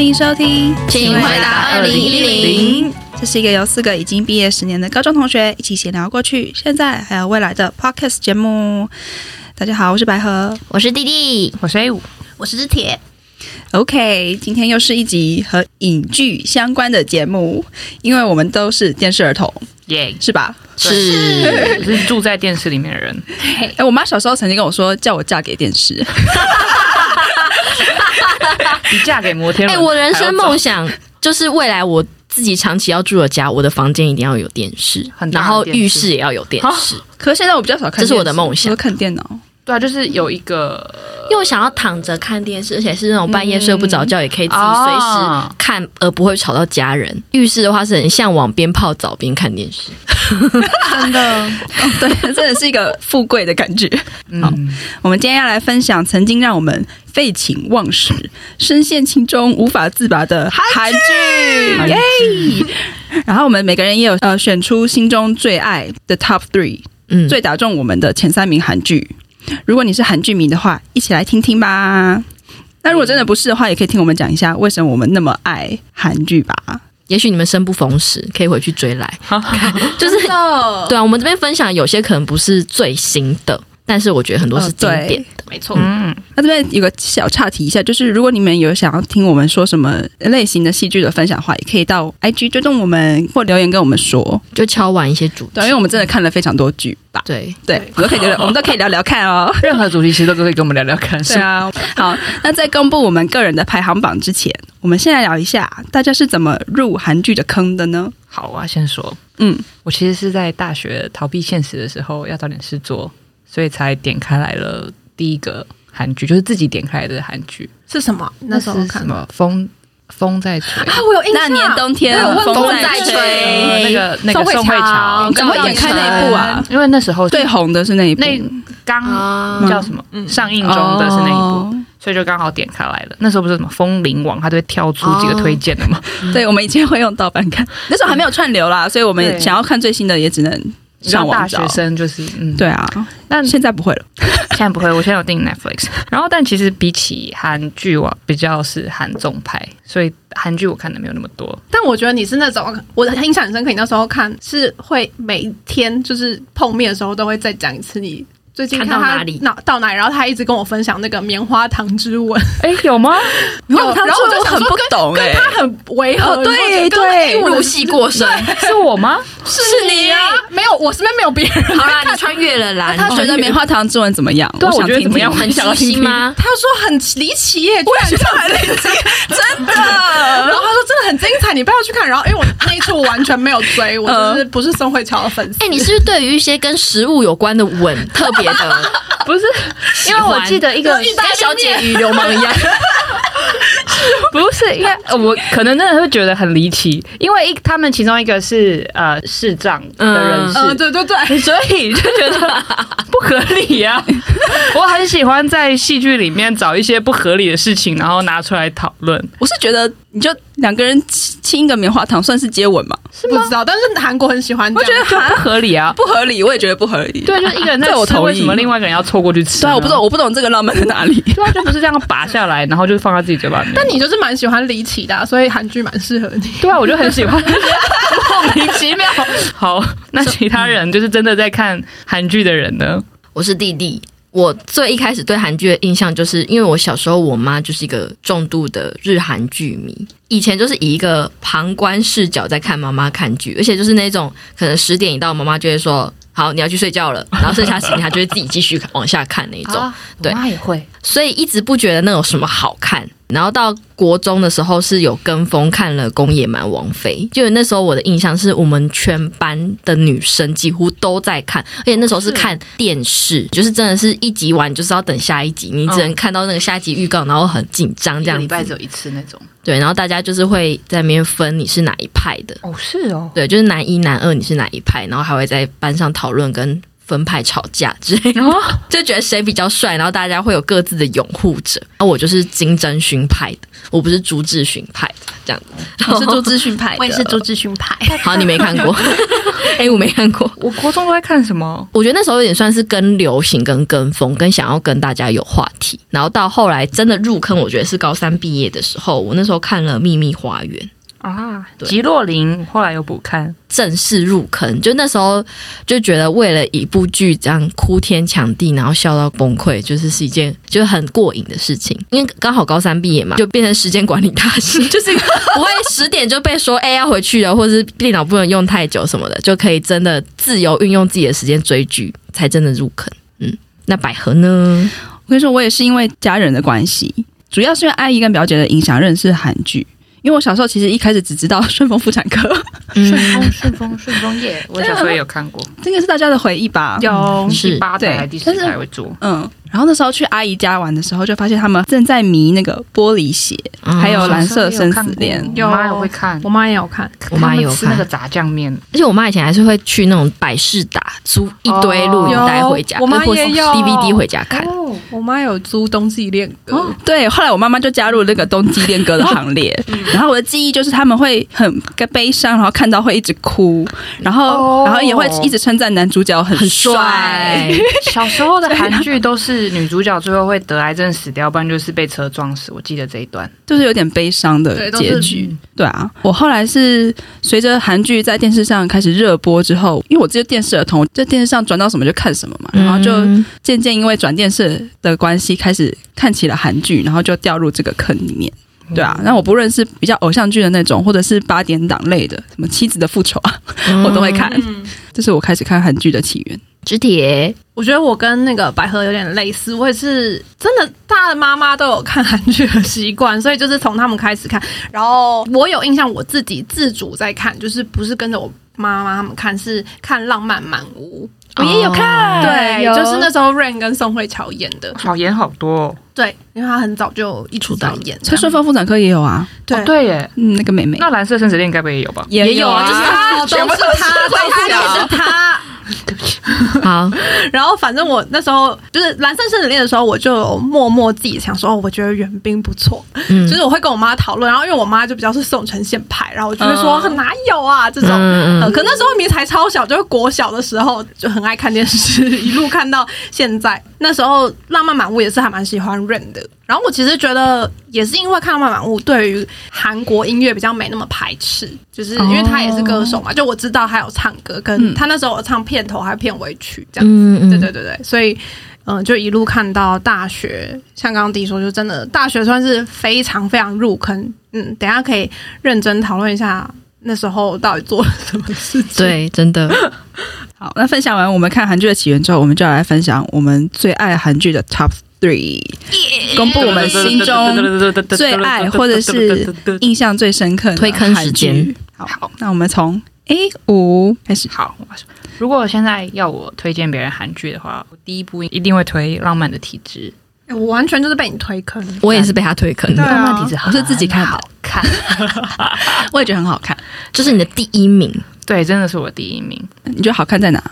迎收听，请回答2010。这是一个由四个已经毕业十年的高中同学一起闲聊过去、现在还有未来的 podcast 节目。大家好，我是白河。我是弟弟，我是 A 五，我是铁。 OK，今天又是一集和影剧相关的节目，因为我们都是电视儿童，耶、是吧？是我是住在电视里面的人， 哎、我妈小时候曾经跟我说，叫我嫁给电视。比嫁给摩天哎、轮还要早。我人生梦想就是未来我自己长期要住的家，我的房间一定要有电视，很大然的后电视浴室也要有电视， 可是现在我比较少看电视，这是我的梦想我都看电脑。对啊，就是有一个因为我想要躺着看电视，而且是那种半夜睡不着觉也可以自己随时哦看，而不会吵到家人。浴室的话是很向往边泡澡边看电视。真 的，哦对，真的是一个富贵的感觉。嗯好，我们今天要来分享曾经让我们废寝忘食、深陷其中无法自拔的韩剧，耶！然后我们每个人也有呃选出心中最爱的 Top Three，、嗯，最打中我们的前三名韩剧。如果你是韩剧迷的话，一起来听听吧。那如果真的不是的话，也可以听我们讲一下为什么我们那么爱韩剧吧。也许你们生不逢时，可以回去追来。就是真的哦对啊，我们这边分享有些可能不是最新的，但是我觉得很多是经典。没错，嗯，那这边有个小岔题一下，就是如果你们有想要听我们说什么类型的戏剧的分享的话，也可以到 IG 追踪我们或留言跟我们说。就敲完一些主题对，因为我们真的看了非常多剧吧。对，对，我们都可以 聊聊，我们都可以聊聊看哦。任何主题其实都可以跟我们聊聊看，对 是啊，好，那在公布我们个人的排行榜之前，我们先来聊一下大家是怎么入韩剧的坑的呢？好，我要先说，嗯，我其实是在大学逃避现实的时候，要找点事做，所以才点开来了第一个韩剧，就是自己点开来的韩剧。是什么？那时候是看什么风风在吹？啊，我有印象。那年冬天哎对我问风过在你吹，呃那个那个宋宋慧慧乔乔，你怎么会点开那一部啊？因为那时候最红的是那一部，那刚啊叫什么嗯上映中的是那一部，哦所以就刚好点开来了。那时候不是什么风铃网，它都会跳出几个推荐的嘛， 对，我们以前会用盗版看，那时候还没有串流啦，所以我们对想要看最新的也只能你知道上网大找学。生就是嗯，对。啊，但现在不会了。现在不会，我现在有订 Netflix。然后，但其实比起韩剧，我比较是韩综派，所以韩剧我看的没有那么多。但我觉得你是那种，我的印象很深刻。你那时候看是会每天就是碰面的时候都会再讲一次你最近看他到哪里哪到哪里，然后他一直跟我分享那个棉花糖之吻，哎，有吗？有然后他然后我说就我想很说不懂哎跟，他 很违和。哦对你不觉得对哎我的入戏过深。是我吗？是你啊，没有，我身边没有别人。好啦，你穿越了啦。他觉得棉花糖之吻怎么样？对我我想觉得听怎么样听很清新？吗？他说很离奇耶，居然这么离奇，真的。 然后他说真的很精彩，你不要去看。然后因为我那一次我完全没有追，我就是不是宋慧乔的粉丝。哎、你是不是对于一些跟食物有关的吻特别的不是，因为我记得一个跟小姐与流氓一样？不是，因为呃我可能真的会觉得很离奇，因为一他们其中一个是呃视障的人士，嗯，对对 对，所以就觉得不合理呀、 我很喜欢在戏剧里面找一些不合理的事情，然后拿出来讨论。我是觉得你就两个人亲亲一个棉花糖算是接吻嘛？不知道，但是韩国很喜欢这我样。觉得很不合理啊。不合理，我也觉得不合理。 对，啊就一个人在这我吃，同意为什么另外一个人要凑过去吃？对啊，我不懂，。我不懂这个浪漫在哪里。对啊，就不是这样拔下 来，然后就放在自己嘴巴里面。但你就是蛮喜欢离奇的啊、所以韩剧蛮适合你。 对啊，我就很喜欢 莫名其妙。好，那其他人就是真的在看韩剧的人呢？ 我是弟弟。我最一开始对韩剧的印象，就是因为我小时候我妈就是一个重度的日韩剧迷，以前就是以一个旁观视角在看妈妈看剧，而且就是那种可能十点一到，妈妈就会说。好，你要去睡觉了，然后剩下时间她就会自己继续往下看那一种。对啊我妈也会。所以一直不觉得那有什么好看。然后到国中的时候是有跟风看了《宫野蛮王妃》，就那时候我的印象是我们全班的女生几乎都在看，而且那时候是哦看电视，就是真的是一集完就是要等下一集，你只能看到那个下集预告，然后很紧张这样子。有嗯一次那种。对，然后大家就是会在那边分你是哪一派的，哦，是哦。对，就是男一、男二你是哪一派，然后还会在班上讨论跟分派吵架之类的，哦 就觉得谁比较帅，然后大家会有各自的拥护者。啊，我就是金针勋派的，我不是朱志勋派的，这样子。我是做资讯派的，我也是朱志勋派， 好，你没看过？哎、我没看过。我国中都在看什么？我觉得那时候有点算是跟流行、跟跟风、跟想要跟大家有话题，然后到后来真的入坑，我觉得是高三毕业的时候，我那时候看了《秘密花园》，啊，对吉洛林后来有补看，正式入坑，就那时候就觉得为了一部剧这样哭天抢地，然后笑到崩溃，就是是一件就是很过瘾的事情。因为刚好高三毕业嘛，就变成时间管理大师，就是不会十点就被说哎、要回去了，或者是电脑不能用太久什么的，就可以真的自由运用自己的时间追剧，才真的入坑。嗯，那百合呢？我跟你说，我也是因为家人的关系，主要是因为阿姨跟表姐的影响认识韩剧。因为我小时候其实一开始只知道顺丰妇产科，嗯，顺丰顺丰耶，我小时候也有看过，这个是大家的回忆吧？有是第八对台还是第十但是台会做。嗯，然后那时候去阿姨家玩的时候，就发现他们正在迷那个玻璃鞋，嗯还有蓝色生死恋。我妈也会看， 我妈也有看，我妈也有他们吃那看个，炸酱面，而且我妈以前还是会去那种百事达租一堆录影带回家，呃有我妈或是也有 DVD 回家看。哦，我妈有租《冬季恋歌》对，后来我妈妈就加入那个冬季恋歌的行列，然后我的记忆就是他们会很悲伤，然后看到会一直哭，然后、哦然后也会一直称赞男主角很很帅帅，小时候的韩剧都是女主角最后会得癌症死掉，不然就是被车撞死。我记得这一段，就是有点悲伤的对都结是局。对啊，我后来是随着韩剧在电视上开始热播之后，因为我这个电视儿童，在电视上转到什么就看什么嘛，然后就嗯渐渐因为转电视的关系，开始看起了韩剧，然后就掉入这个坑里面。对啊，那我不论是比较偶像剧的那种，或者是八点档类的，什么《妻子的复仇》啊， 我都会看。嗯这是我开始看韩剧的起源。直铁，我觉得我跟那个百合有点类似，我也是真的，大家的妈妈都有看韩剧的习惯，所以就是从他们开始看。然后我有印象，我自己自主在看，就是不是跟着我妈妈他们看，是看《浪漫满屋》。我也有看，哦对，有就是那时候 Rain 跟宋慧乔演的，好演好多、哦。对，因为她很早就一出道演，所以顺丰妇产科也有啊，对哦、对耶，嗯，那个妹妹那蓝色生死恋该不会也有吧？也有啊就是她都是她，对，她就是她。 好， 然后反正我那时候就是蓝色生死恋的时候，我就有默默自己想说，哦，我觉得袁冰不错，嗯就是我会跟我妈讨论，然后因为我妈就比较是宋承宪派，然后我就会说、哪有啊这种。嗯呃嗯，可那时候明才超小，就是国小的时候就很爱看电视，一路看到现在。那时候《浪漫满屋》也是还蛮喜欢 Rain 的。然后我其实觉得也是因为看《浪漫满屋》，对于韩国音乐比较没那么排斥，就是因为他也是歌手哦嘛，就我知道他有唱歌，跟他那时候有唱片头还有片尾曲这样子。嗯嗯，对对对对，所以嗯，就一路看到大学，像刚刚弟说，就真的大学算是非常非常入坑。嗯，等一下可以认真讨论一下那时候到底做了什么事情。对，真的，好，那分享完我们看韩剧的起源之后，我们就要来分享我们最爱韩剧的 Top Three，公布我们心中最爱或者是印象最深刻的推坑韩时剧间。好，那我们从 A 五开始。好，我说如果现在要我推荐别人韩剧的话，我第一部一定会推《浪漫的体质哎我完全就是被你推坑。我也是被他推坑》。对的，啊浪漫体质我是自己看的 很好看，我也觉得很好看，这是你的第一名，对，真的是我第一名。你觉得好看在哪？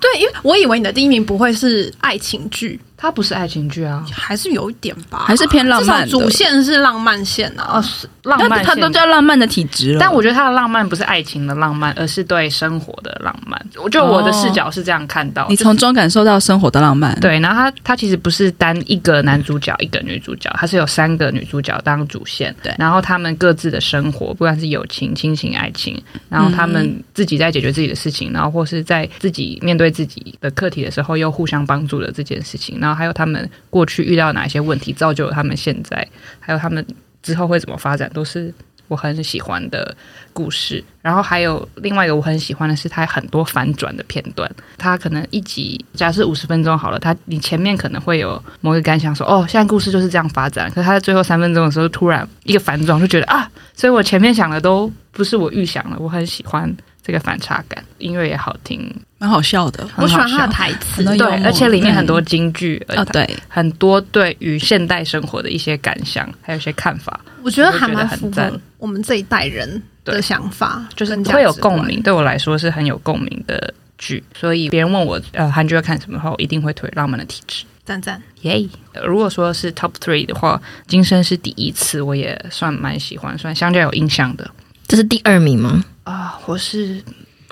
对，因为我以为你的第一名不会是爱情剧，它不是爱情剧啊，还是有一点吧，还是偏浪漫的至少主线是浪漫线啊。哦浪漫它都线叫哦浪漫的体质了。但我觉得他的浪漫不是爱情的浪漫，而是对生活的浪漫。我就我的视角是这样看到哦的。你从中感受到生活的浪漫。，对，然后他他其实不是单一个男主角一个女主角，他是有三个女主角当主线，对然后他们各自的生活，不管是友情、亲情、爱情，然后他们自己在解决自己的事情，然后或是在自己面对自己的课题的时候，又互相帮助的这件事情，然后还有他们过去遇到哪一些问题，造就了他们现在，还有他们之后会怎么发展，都是。我很喜欢的故事，然后还有另外一个我很喜欢的是它很多反转的片段，它可能一集假设五十分钟好了，它你前面可能会有某一个感想说，哦，现在故事就是这样发展，可是它在最后三分钟的时候突然一个反转，我就觉得啊，所以我前面想的都不是我预想的，我很喜欢这个反差感，音乐也好听，蛮好笑的。我喜欢很好他的笑台词，很对多幽，默而且里面很多京剧，哦，对， 很多对于现代生活的一些感想，还有一些看法，我觉得我觉还得蛮很符赞合我们这一代人的对想法，就是跟价会有值共观鸣，对我来说是很有共鸣的剧，所以别人问我呃韩剧要看什么的话，我一定会推《浪漫的体质》。赞赞，耶、呃如果说是 Top Three 的话，《今生》是第一次，我也算蛮喜欢，算相对有印象的这是第二名吗？啊。我是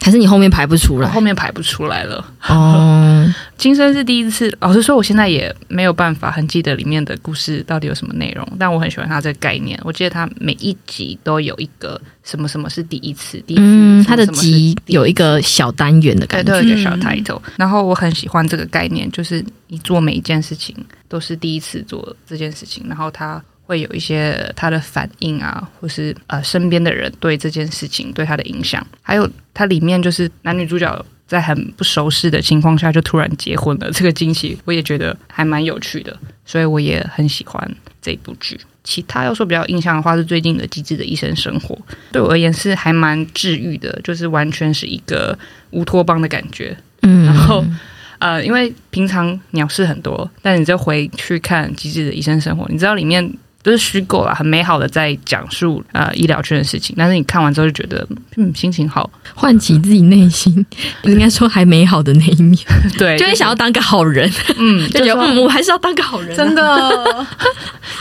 还是你后面排不出我来后？面排不出来了，哦，今生是第一次，老实说，我现在也没有办法很记得里面的故事到底有什么内容，但我很喜欢它这个概念。我记得它每一集都有一个什么什么是第一次，第一次，嗯，它的什么什么是集有一个小单元的对感都觉有，一个小嗯 title，、然后我很喜欢这个概念，就是你做每一件事情都是第一次做这件事情，然后它会有一些它的反应啊，或是呃身边的人对这件事情对它的影响，还有它里面就是男女主角。在很不熟识的情况下就突然结婚了，这个惊喜我也觉得还蛮有趣的，所以我也很喜欢这部剧。其他要说比较有印象的话，是最近的《机智的医生生活》，对我而言是还蛮治愈的，就是完全是一个乌托邦的感觉。嗯，然后呃，因为平常鸟事很多，但你再回去看《机智的医生生活》，你知道里面都是虚构啦，啊很美好的在讲述呃医疗圈的事情，但是你看完之后就觉得嗯心 情好，唤起自己内心， 应该说还美好的那一面，对，就会想要当个好人， 嗯，就就觉是得嗯，我还是要当个好人啊，真哦的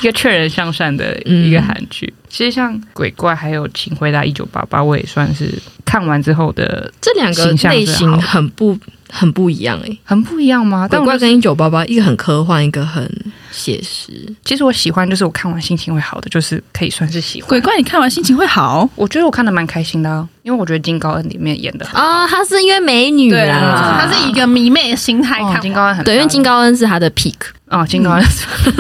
一个劝人向善的一嗯个韩剧。其实像《鬼怪》还有《请回答一九八八》，我也算是看完之后的这两个形象是类型好很不很不一样诶、欸很不一样吗？鬼啊但我怪就是跟一九八八，一个很科幻，一个很写实。其实我喜欢，就是我看完心情会好的，就是可以算是喜欢。 鬼怪，你看完心情会 好？我觉得我看的蛮开心的、啊，因为我觉得金高恩里面演的哦，她是因为美女对啦啦，他是以一个迷妹的心态看哦完，金高恩很对，因啊为金高恩是她的 peak，哦，金高恩、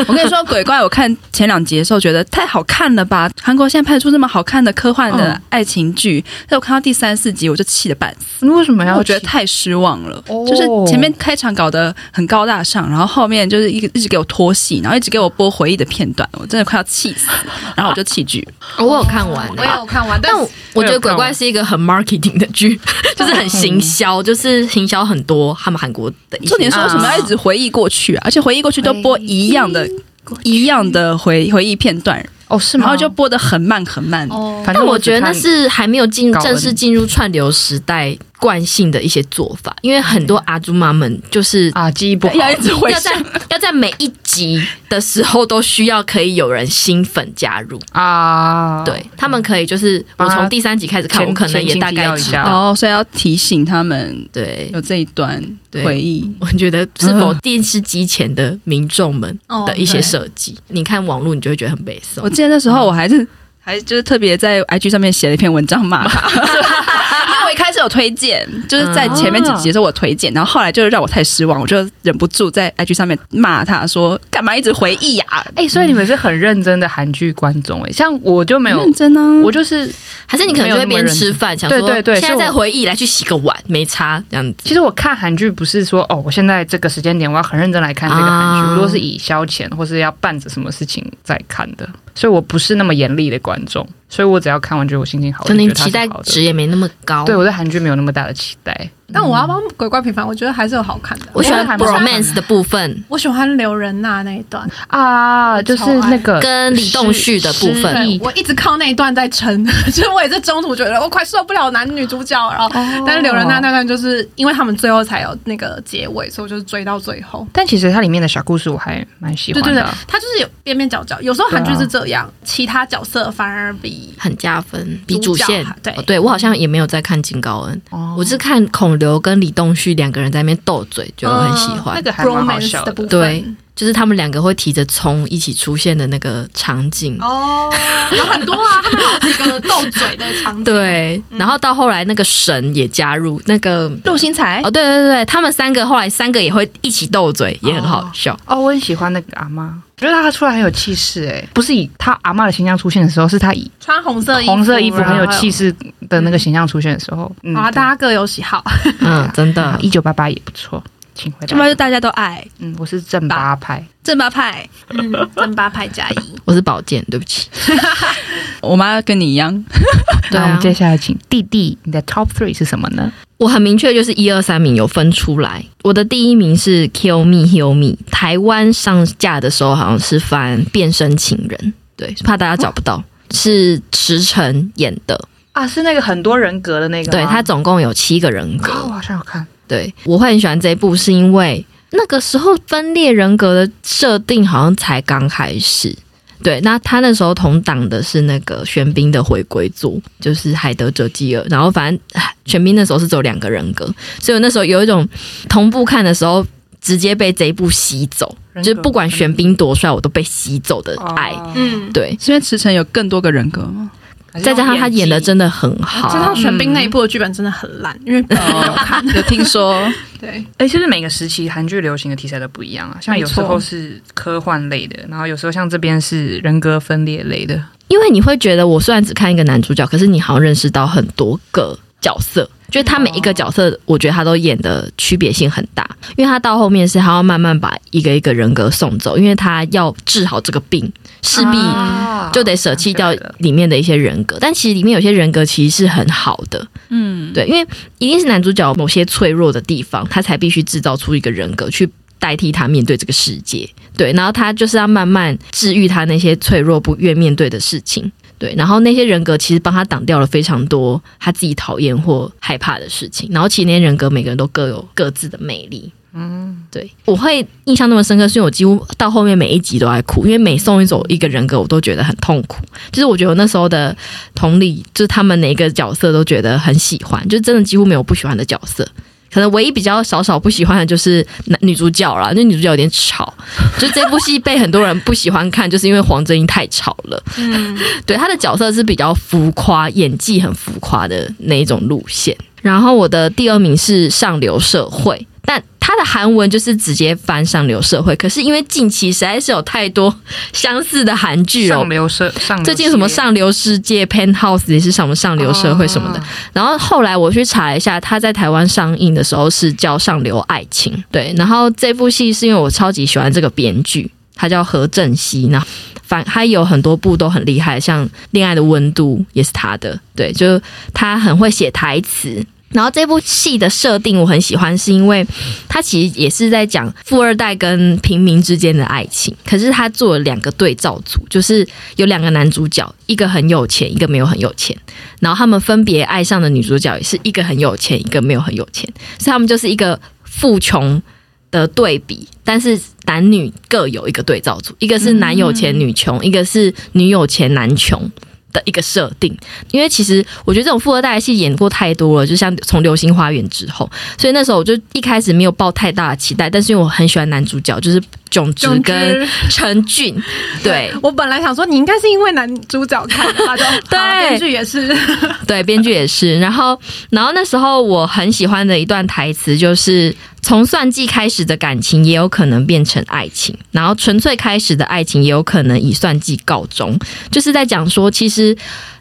我跟你说，鬼怪我看前两集的时候觉得太好看了吧？韩国现在拍出这么好看的科幻的嗯爱情剧，但我看到第三四集我就气得半死。嗯你 为什么要我觉得 起太失望了，哦就是前面开场搞得很高大上，然后后面就是一个一直给我拖戏，然后一直给我播回忆的片段，我真的快要气死，然后我就弃剧。哦我有看完我欸、也有看完，但但我我觉得鬼怪是一个很 marketing 的剧， 就是很行销，就是行销很多他们韩国的一些。重点是为什么要一直回忆过去啊？而且回忆过去都播一样的、一样的回回忆片段，哦是吗？然后就播的很慢很慢。哦，反但正我只觉得那看是还没有进高正式恩进入串流时代惯性的一些做法，因为很多阿朱妈们就是啊记忆不好，要一直回要想在，要在每一集的时候都需要可以有人新粉加入，啊，对他们可以就是帮我他从第三集开始看，前我可能前也情大提要概一知下道，哦，所以要提醒他们对，有这一段对回忆。我觉得是否电视机前的民众们哦的一些设计，你看网络你就会觉得很悲我伤。记得那时候我还是。还就是特别在 IG 上面写了一篇文章 骂他，因为我一开始有推荐，就是在前面几集的时候我推荐，然后后来就让我太失望，我就忍不住在 IG 上面骂他说：“干嘛一直回忆呀、哎、所以你们是很认真的韩剧观众哎、像我就没有，认真嗯啊！我就是还是你可能就会边吃饭想说，对对对现在是再我回忆来去洗个碗，没差这样子。其实我看韩剧不是说哦，我现在这个时间点我要很认真来看这个韩剧，啊如果是以消遣或是要伴着什么事情在看的，所以我不是那么严厉的观众，所以我只要看完觉得我心情好，可能你我就觉期得它待是好的值也没那么高。对我对韩剧没有那么大的期待。但我要帮鬼怪平反，我觉得还是有好看的。我喜欢我还蛮喜欢 romance 的部分，我喜欢刘仁娜那一段，啊，就是那个跟李栋旭的部分失对忆我一直靠那一段在撑， 就是我也是中途觉得我快受不了男女主角，哦然后、但是刘仁娜那段就是因为他们最后才有那个结尾，所以我就是追到最后。但其实它里面的小故事我还蛮喜对欢的。嗯对对，他就是有边边角角，有时候韩剧是这样，其他角色反而比很加分，比主角线还对哦对我好像也没有在看金高恩，哦我是看孔刘跟李栋旭两个人在那边斗嘴，就很喜欢。哦那个还蛮好 romance 笑的部的。分对，就是他们两个会提着葱一起出现的那个场景。哦，有很多 啊，他们有几个斗嘴的场景，对，嗯然后到后来那个神也加入那个。陆星材哦，对对对，他们三个后来三个也会一起斗嘴，也很好笑。哦，我很喜欢那个阿妈，我觉得她出来很有气势哎，不是以她阿妈的形象出现的时候，是她以穿红色衣服，红色衣服很有气势。势的那个形象出现的时候。嗯好啊，大家各有喜好。嗯，真 的一九八八也不错，请回这么答就。大家都爱嗯，我是正八派，正八派。嗯，真八派加一，我是宝剑，对不起。我妈跟你一样，对那我啊们，接下来请弟弟，你的 top three 是什么呢？我很明确就是一二三名有分出来。我的第一名是 Kill Me Heal Me，台湾上架的时候好像是翻《变身情人》，对，怕大家找不到，是池诚演的。啊，是那个很多人格的那个吗对，它总共有七个人格。哦，我好像有看对，我会很喜欢这一部，是因为那个时候分裂人格的设定好像才刚开始。对，那他那时候同档的是那个玄彬的回归作，就是《海德哲基尔》，然后反正唉玄彬那时候是只有两个人格，所以我那时候有一种同步看的时候，直接被这一部吸走，人就是格不管分玄彬多帅，我都被吸走的爱。哦嗯，对，是因为池诚有更多个人格吗？再加上他演的真的很好，啊嗯知道玄彬那一部的剧本真的很烂，因为哦 有听说， 对哎、其实每个时期韩剧流行的题材都不一样啊，像有时没错候是科幻类的，然后有时候像这边是人格分裂类的，因为你会觉得我虽然只看一个男主角，可是你好像认识到很多个角色，就是他每一个角色，我觉得他都演的区别性很大。因为他到后面是他要慢慢把一个一个人格送走，因为他要治好这个病，势必啊就得舍弃掉想起来了里面的一些人格。但其实里面有些人格其实是很好的，嗯，对，因为一定是男主角某些脆弱的地方，他才必须制造出一个人格去代替他面对这个世界。对，然后他就是要慢慢治愈他那些脆弱不愿面对的事情。对，然后那些人格其实帮他挡掉了非常多他自己讨厌或害怕的事情。然后其实那些人格每个人都各有各自的魅力。嗯，对，我会印象那么深刻，是因为我几乎到后面每一集都在哭，因为每送一首一个人格，我都觉得很痛苦。就是我觉得我那时候的同理，就是他们哪一个角色都觉得很喜欢，就真的几乎没有不喜欢的角色。可能唯一比较少少不喜欢的就是男女主角啦，那女主角有点吵，就这部戏被很多人不喜欢看，就是因为黄真英太吵了。 对她的角色是比较浮夸，演技很浮夸的那一种路线。然后我的第二名是《上流社会》，但它的韩文就是直接翻《上流社会》，可是因为近期实在是有太多相似的韩剧哦上，流社上流最近什么系列上流世界 Penthouse 也是什么上流社会什么的。啊然后后来我去查一下，它在台湾上映的时候是叫《上流爱情》。对，然后这部戏是因为我超级喜欢这个编剧，他叫何正熙。那反他有很多部都很厉害，像《恋爱的温度》也是他的。对，就是他很会写台词。然后这部戏的设定我很喜欢，是因为它其实也是在讲富二代跟平民之间的爱情，可是他做了两个对照组，就是有两个男主角，一个很有钱，一个没有很有钱。然后他们分别爱上的女主角也是一个很有钱，一个没有很有钱，所以他们就是一个富穷的对比，但是男女各有一个对照组，一个是男有钱女穷，一个是女有钱男穷。的一个设定，因为其实我觉得这种富二代的戏演过太多了，就像从《流星花园》之后，所以那时候我就一开始没有抱太大的期待，但是因为我很喜欢男主角，就是炯植总跟之，陈俊，对，我本来想说你应该是因为男主角看 的吧，就对好编剧 也是，对，编剧也是。然后，然后那时候我很喜欢的一段台词就是：从算计开始的感情也有可能变成爱情，然后纯粹开始的爱情也有可能以算计告终。就是在讲说，其实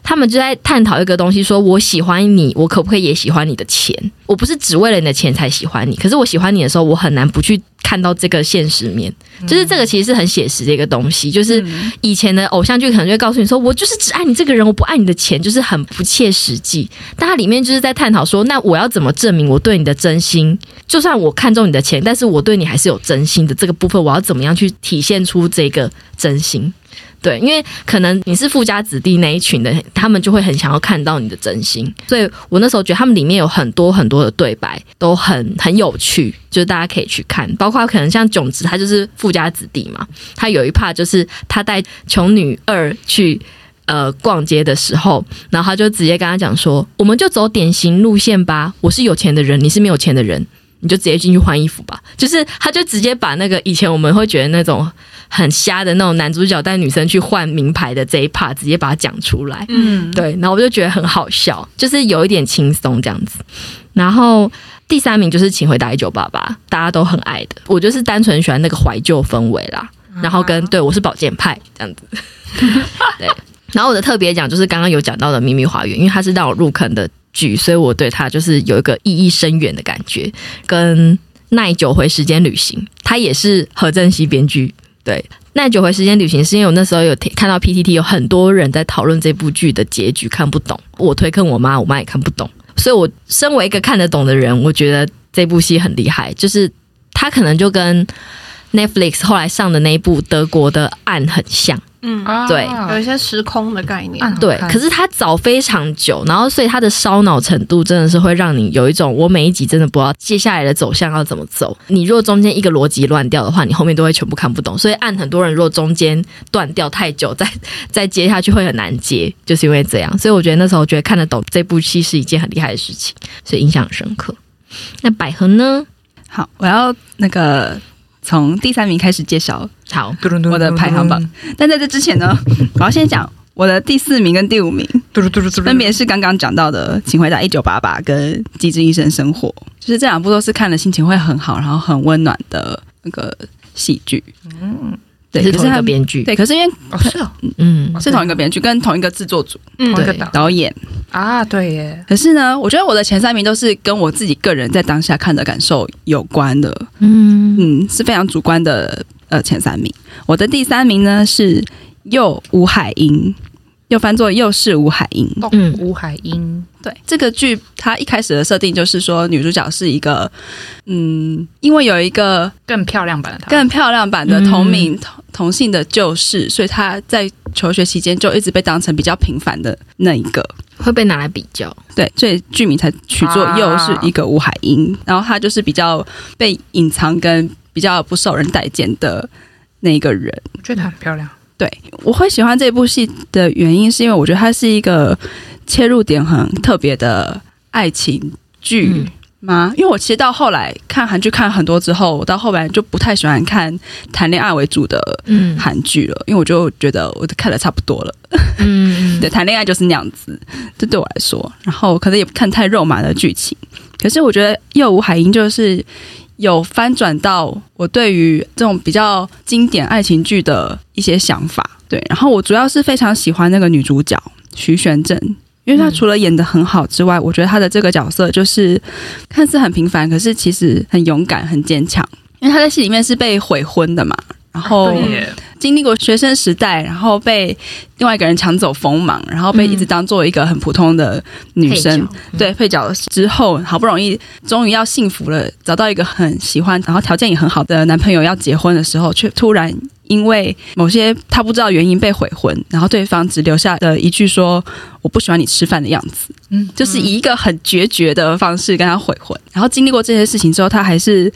他们就在探讨一个东西说我喜欢你，我可不可以也喜欢你的钱？我不是只为了你的钱才喜欢你，可是我喜欢你的时候，我很难不去看到这个现实面。就是这个其实是很写实的一个东西，就是以前的偶像剧可能就会告诉你说，我就是只爱你这个人，我不爱你的钱，就是很不切实际。但它里面就是在探讨说，那我要怎么证明我对你的真心？就算我看中你的钱，但是我对你还是有真心的这个部分，我要怎么样去体现出这个真心？对，因为可能你是富家子弟那一群的，他们就会很想要看到你的真心，所以我那时候觉得他们里面有很多很多的对白都很很有趣，就是大家可以去看，包括可能像囧子，他就是富家子弟嘛，他有一 part 就是他带穷女二去。呃，逛街的时候，然后他就直接跟他讲说：“我们就走典型路线吧，我是有钱的人，你是没有钱的人，你就直接进去换衣服吧。” 就是他就直接把那个以前我们会觉得那种很瞎的那种男主角带女生去换名牌的这一 part，直接把它讲出来。嗯，对，然后我就觉得很好笑，就是有一点轻松这样子。然后第三名就是《请回答一九八八》，大家都很爱的。我就是单纯喜欢那个怀旧氛围啦，然后嗯跟对我是保健派这样子。对，然后我的特别奖就是刚刚有讲到的《秘密花园》，因为它是让我入坑的剧，所以我对它就是有一个意义深远的感觉，跟《耐久回时间旅行》，它也是何正熙编剧。对，《耐久回时间旅行》是因为我那时候有听看到 PTT 有很多人在讨论这部剧的结局看不懂，我推坑我妈，我妈也看不懂，所以我身为一个看得懂的人，我觉得这部戏很厉害，就是它可能就跟 Netflix 后来上的那一部德国的《暗》很像，嗯，啊对有一些时空的概念。嗯对，好看可是它早非常久，然后所以它的烧脑程度真的是会让你有一种我每一集真的不知道接下来的走向要怎么走。你若中间一个逻辑乱掉的话，你后面都会全部看不懂。所以按很多人若中间断掉太久，再再接下去会很难接，就是因为这样。所以我觉得那时候觉得看得懂这部戏是一件很厉害的事情，所以印象很深刻。那百合呢？好，我要那个从第三名开始介绍，好，嘟噜嘟噜嗯我的排行榜但在这之前呢， 我要先讲我的第四名跟第五名，嘟噜嘟噜嘟噜，分别是刚刚讲到的《请回答一九八八》跟《机智医生生活》，就是这两部都是看了心情会很好，然后很温暖的那个戏剧。嗯对，是可同一他个编剧，对，可是因为哦是哦，嗯，是同一个编剧跟同一个制作组、同一个对岛导演，啊，对耶，可是呢，我觉得我的前三名都是跟我自己个人在当下看的感受有关的，嗯嗯，是非常主观的。呃，前三名，我的第三名呢是又吴海英，又翻作又是吴海英。嗯哦吴海英对，这个剧它一开始的设定就是说，女主角是一个，嗯，因为有一个更漂亮版的她，更漂亮版的同名、同同性的旧事，所以她在求学期间就一直被当成比较平凡的那一个。会被拿来比较，对，所以剧名才取作啊又是一个吴海英，然后她就是比较被隐藏跟比较不受人待见的那一个人。我觉得她很漂亮，对，我会喜欢这部戏的原因，是因为我觉得它是一个切入点很特别的爱情剧嗯吗？因为我其实到后来看韩剧看很多之后，我到后来就不太喜欢看谈恋爱为主的嗯韩剧了，因为我就觉得我都看的差不多了。嗯对，谈恋爱就是那样子，这对我来说，然后可能也不看太肉麻的剧情。可是我觉得又吴海英就是有翻转到我对于这种比较经典爱情剧的一些想法。对，然后我主要是非常喜欢那个女主角徐玄正，因为她除了演的很好之外，我觉得她的这个角色就是看似很平凡，可是其实很勇敢、很坚强。因为她在戏里面是被悔婚的嘛，然哦后对耶经历过学生时代，然后被另外一个人抢走锋芒，然后被一直当做一个很普通的女生，配角嗯对配角之后，好不容易终于要幸福了，找到一个很喜欢，然后条件也很好的男朋友要结婚的时候，却突然因为某些他不知道原因被悔婚，然后对方只留下了一句说“我不喜欢你吃饭的样子”，嗯就是以一个很决绝的方式跟他悔婚。然后经历过这些事情之后，他还是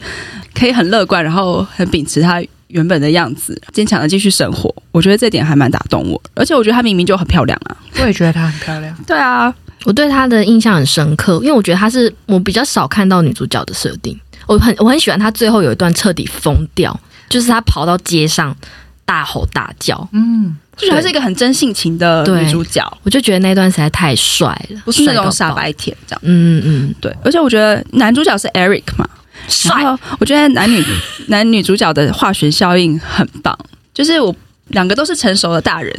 可以很乐观，然后很秉持他原本的样子，坚强的继续生活。我觉得这点还蛮打动我，而且我觉得她明明就很漂亮啊。我也觉得她很漂亮，对啊，我对她的印象很深刻，因为我觉得她是我比较少看到女主角的设定，我很我很喜欢她最后有一段彻底疯掉，就是她跑到街上大吼大叫，嗯，就是她是一个很真性情的对女主角，我就觉得那段实在太帅了，不是那种帅傻到爆，白甜这样。嗯嗯，对，而且我觉得男主角是 Eric 嘛，然帅，后我觉得男女 男女主角的化学效应很棒，就是我两个都是成熟的大人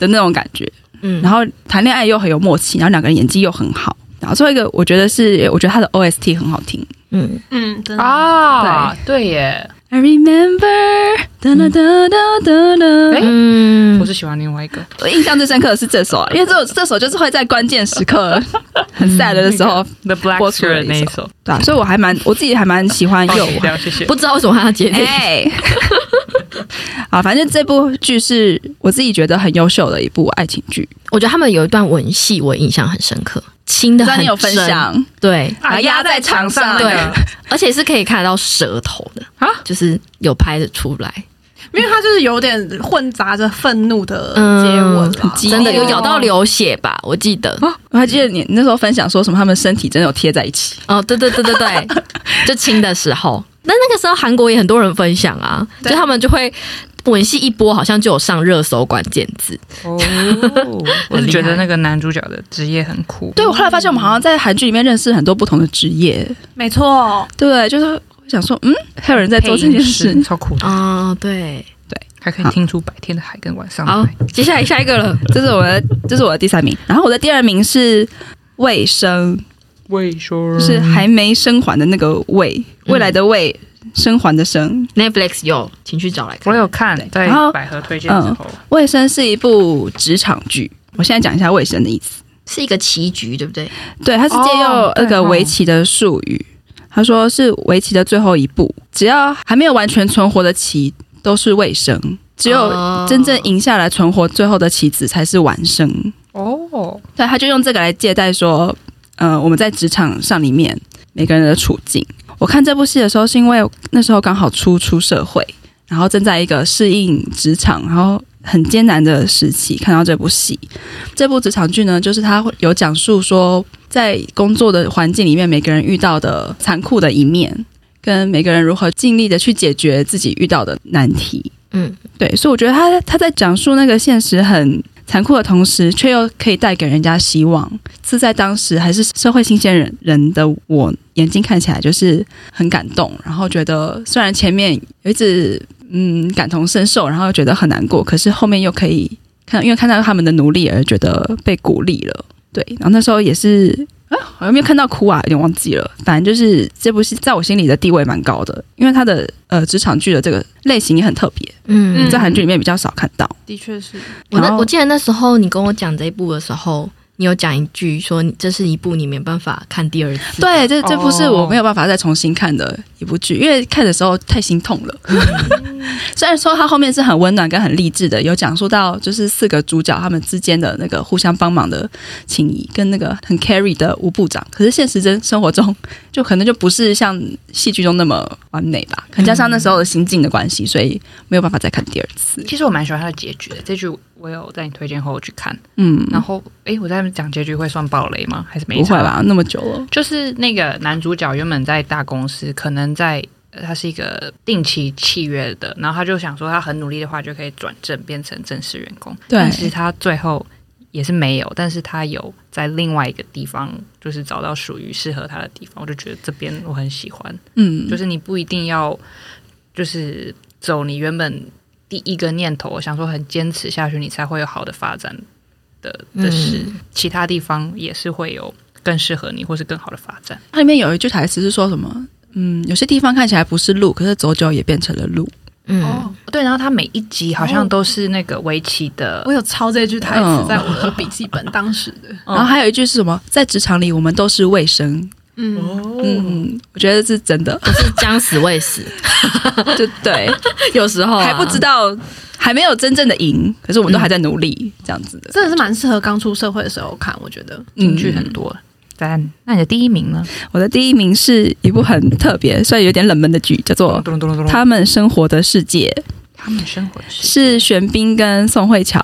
的那种感觉，嗯，然后谈恋爱又很有默契，然后两个人演技又很好。然后最后一个，我觉得是，我觉得他的 OST 很好听。嗯，嗯，真的。啊，对耶， I remember，哒哒哒哒哒哒。诶嗯我是喜欢另外一个，我哎印象最深刻的是这首啊，因为这首这首就是会在关键时刻很 sad 的时候， The Black 播出 Shirt 了一那一首， 对啊，所以我还蛮我自己还蛮喜欢放右弃哎掉，谢谢。不知道为什么她要接这 个，哎， 啊，反正这部剧是我自己觉得很优秀的一部爱情剧，我觉得他们有一段吻戏我印象很深刻，亲的虽然很你有分真，享，对，啊压在墙上那对个，而且是可以看得到舌头的啊就是有拍的出来。因为他就是有点混杂着愤怒的接吻哦啦、嗯很激真的有哦咬到流血吧？我记得我还记得你那时候分享说什么他们身体真的有贴在一起，哦，对对对对对，就亲的时候。那那个时候韩国也很多人分享啊，就对他们就会吻戏一波，好像就有上热搜关键字。哦， 我是觉得那个男主角的职业很酷，对我后来发现我们好像在韩剧里面认识很多不同的职业，没错，对不对？就是想说，嗯，还有人在配做这音件师事，超酷的，哦，对，还可以好听出白天的海跟晚上的好哦海。，接下来下一个了。 这是我的，这是我的第三名。然后我的第二名是卫生，为就说是还没生还的那个未，嗯未来的未，生还的生。 Netflix 有，请去找来看。我有看对，在然后百合推荐的时候，卫生是一部职场剧，我现在讲一下卫生的意思。是一个棋局，对不对？对，他是借用哦那个对哦围棋的术语，他说是围棋的最后一步，只要还没有完全存活的棋都是卫生。只有哦真正赢下来存活最后的棋子才是完胜。哦，对，他就用这个来借代说，呃，我们在职场上里面每个人的处境。我看这部戏的时候，是因为那时候刚好初出社会，然后正在一个适应职场，然后很艰难的时期，看到这部戏。这部职场剧呢，就是他有讲述说，在工作的环境里面，每个人遇到的残酷的一面，跟每个人如何尽力的去解决自己遇到的难题。嗯，对，所以我觉得他他在讲述那个现实很残酷的同时，却又可以带给人家希望，是在当时还是社会新鲜人人的我眼睛看起来就是很感动，然后觉得虽然前面有一直嗯感同身受，然后又觉得很难过，可是后面又可以看，因为看到他们的努力而觉得被鼓励了。对，然后那时候也是。啊，好像没有看到哭啊，有点忘记了。反正就是这部戏在我心里的地位蛮高的，因为它的呃职场剧的这个类型也很特别，嗯嗯在韩剧里面比较少看到。的确是，我然那后我记得那时候你跟我讲这一部的时候，你有讲一句说你这是一部你没办法看第二次。对，这这部是我没有办法再重新看的一部剧，因为看的时候太心痛了。嗯 虽然说它后面是很温暖跟很励志的，有讲述到就是四个主角他们之间的那个互相帮忙的情谊，跟那个很 carry 的吴部长。可是现实真生活中，就可能就不是像戏剧中那么完美吧，可能加上那时候的心境的关系，所以没有办法再看第二次。其实我蛮喜欢它的结局的。这句我有在你推荐后我去看，嗯，然后诶，我在讲结局会算暴雷吗？还是没不会差吧？那么久了，就是那个男主角原本在大公司，可能在呃他是一个定期契约的，然后他就想说他很努力的话就可以转正变成正式员工，对但其实他最后也是没有，但是他有在另外一个地方就是找到属于适合他的地方，我就觉得这边我很喜欢，嗯，就是你不一定要就是走你原本第一个念头，想说很坚持下去，你才会有好的发展的的事。其他地方也是会有更适合你或是更好的发展。它里面有一句台词是说什么？嗯，有些地方看起来不是路，可是走久也变成了路。嗯，哦，对，然后他每一集好像都是那个围棋的，我有抄这句台词嗯在我的笔记本，当时的，然后还有一句是什么？在职场里，我们都是卫生。嗯，嗯，我觉得是真的，是将死未死，就 对，有时候啊还不知。道，还没有真正的赢，可是我们都还在努力，这样子的。真的是蛮适合刚出社会的时候看，我觉得。进去很多。嗯赞，那你的第一名呢？嗯我的第一名是一部很特别，虽然有点冷门的剧，叫做哦咚咚咚《他他们生活的世界他们生活的》，是事，玄彬跟宋慧乔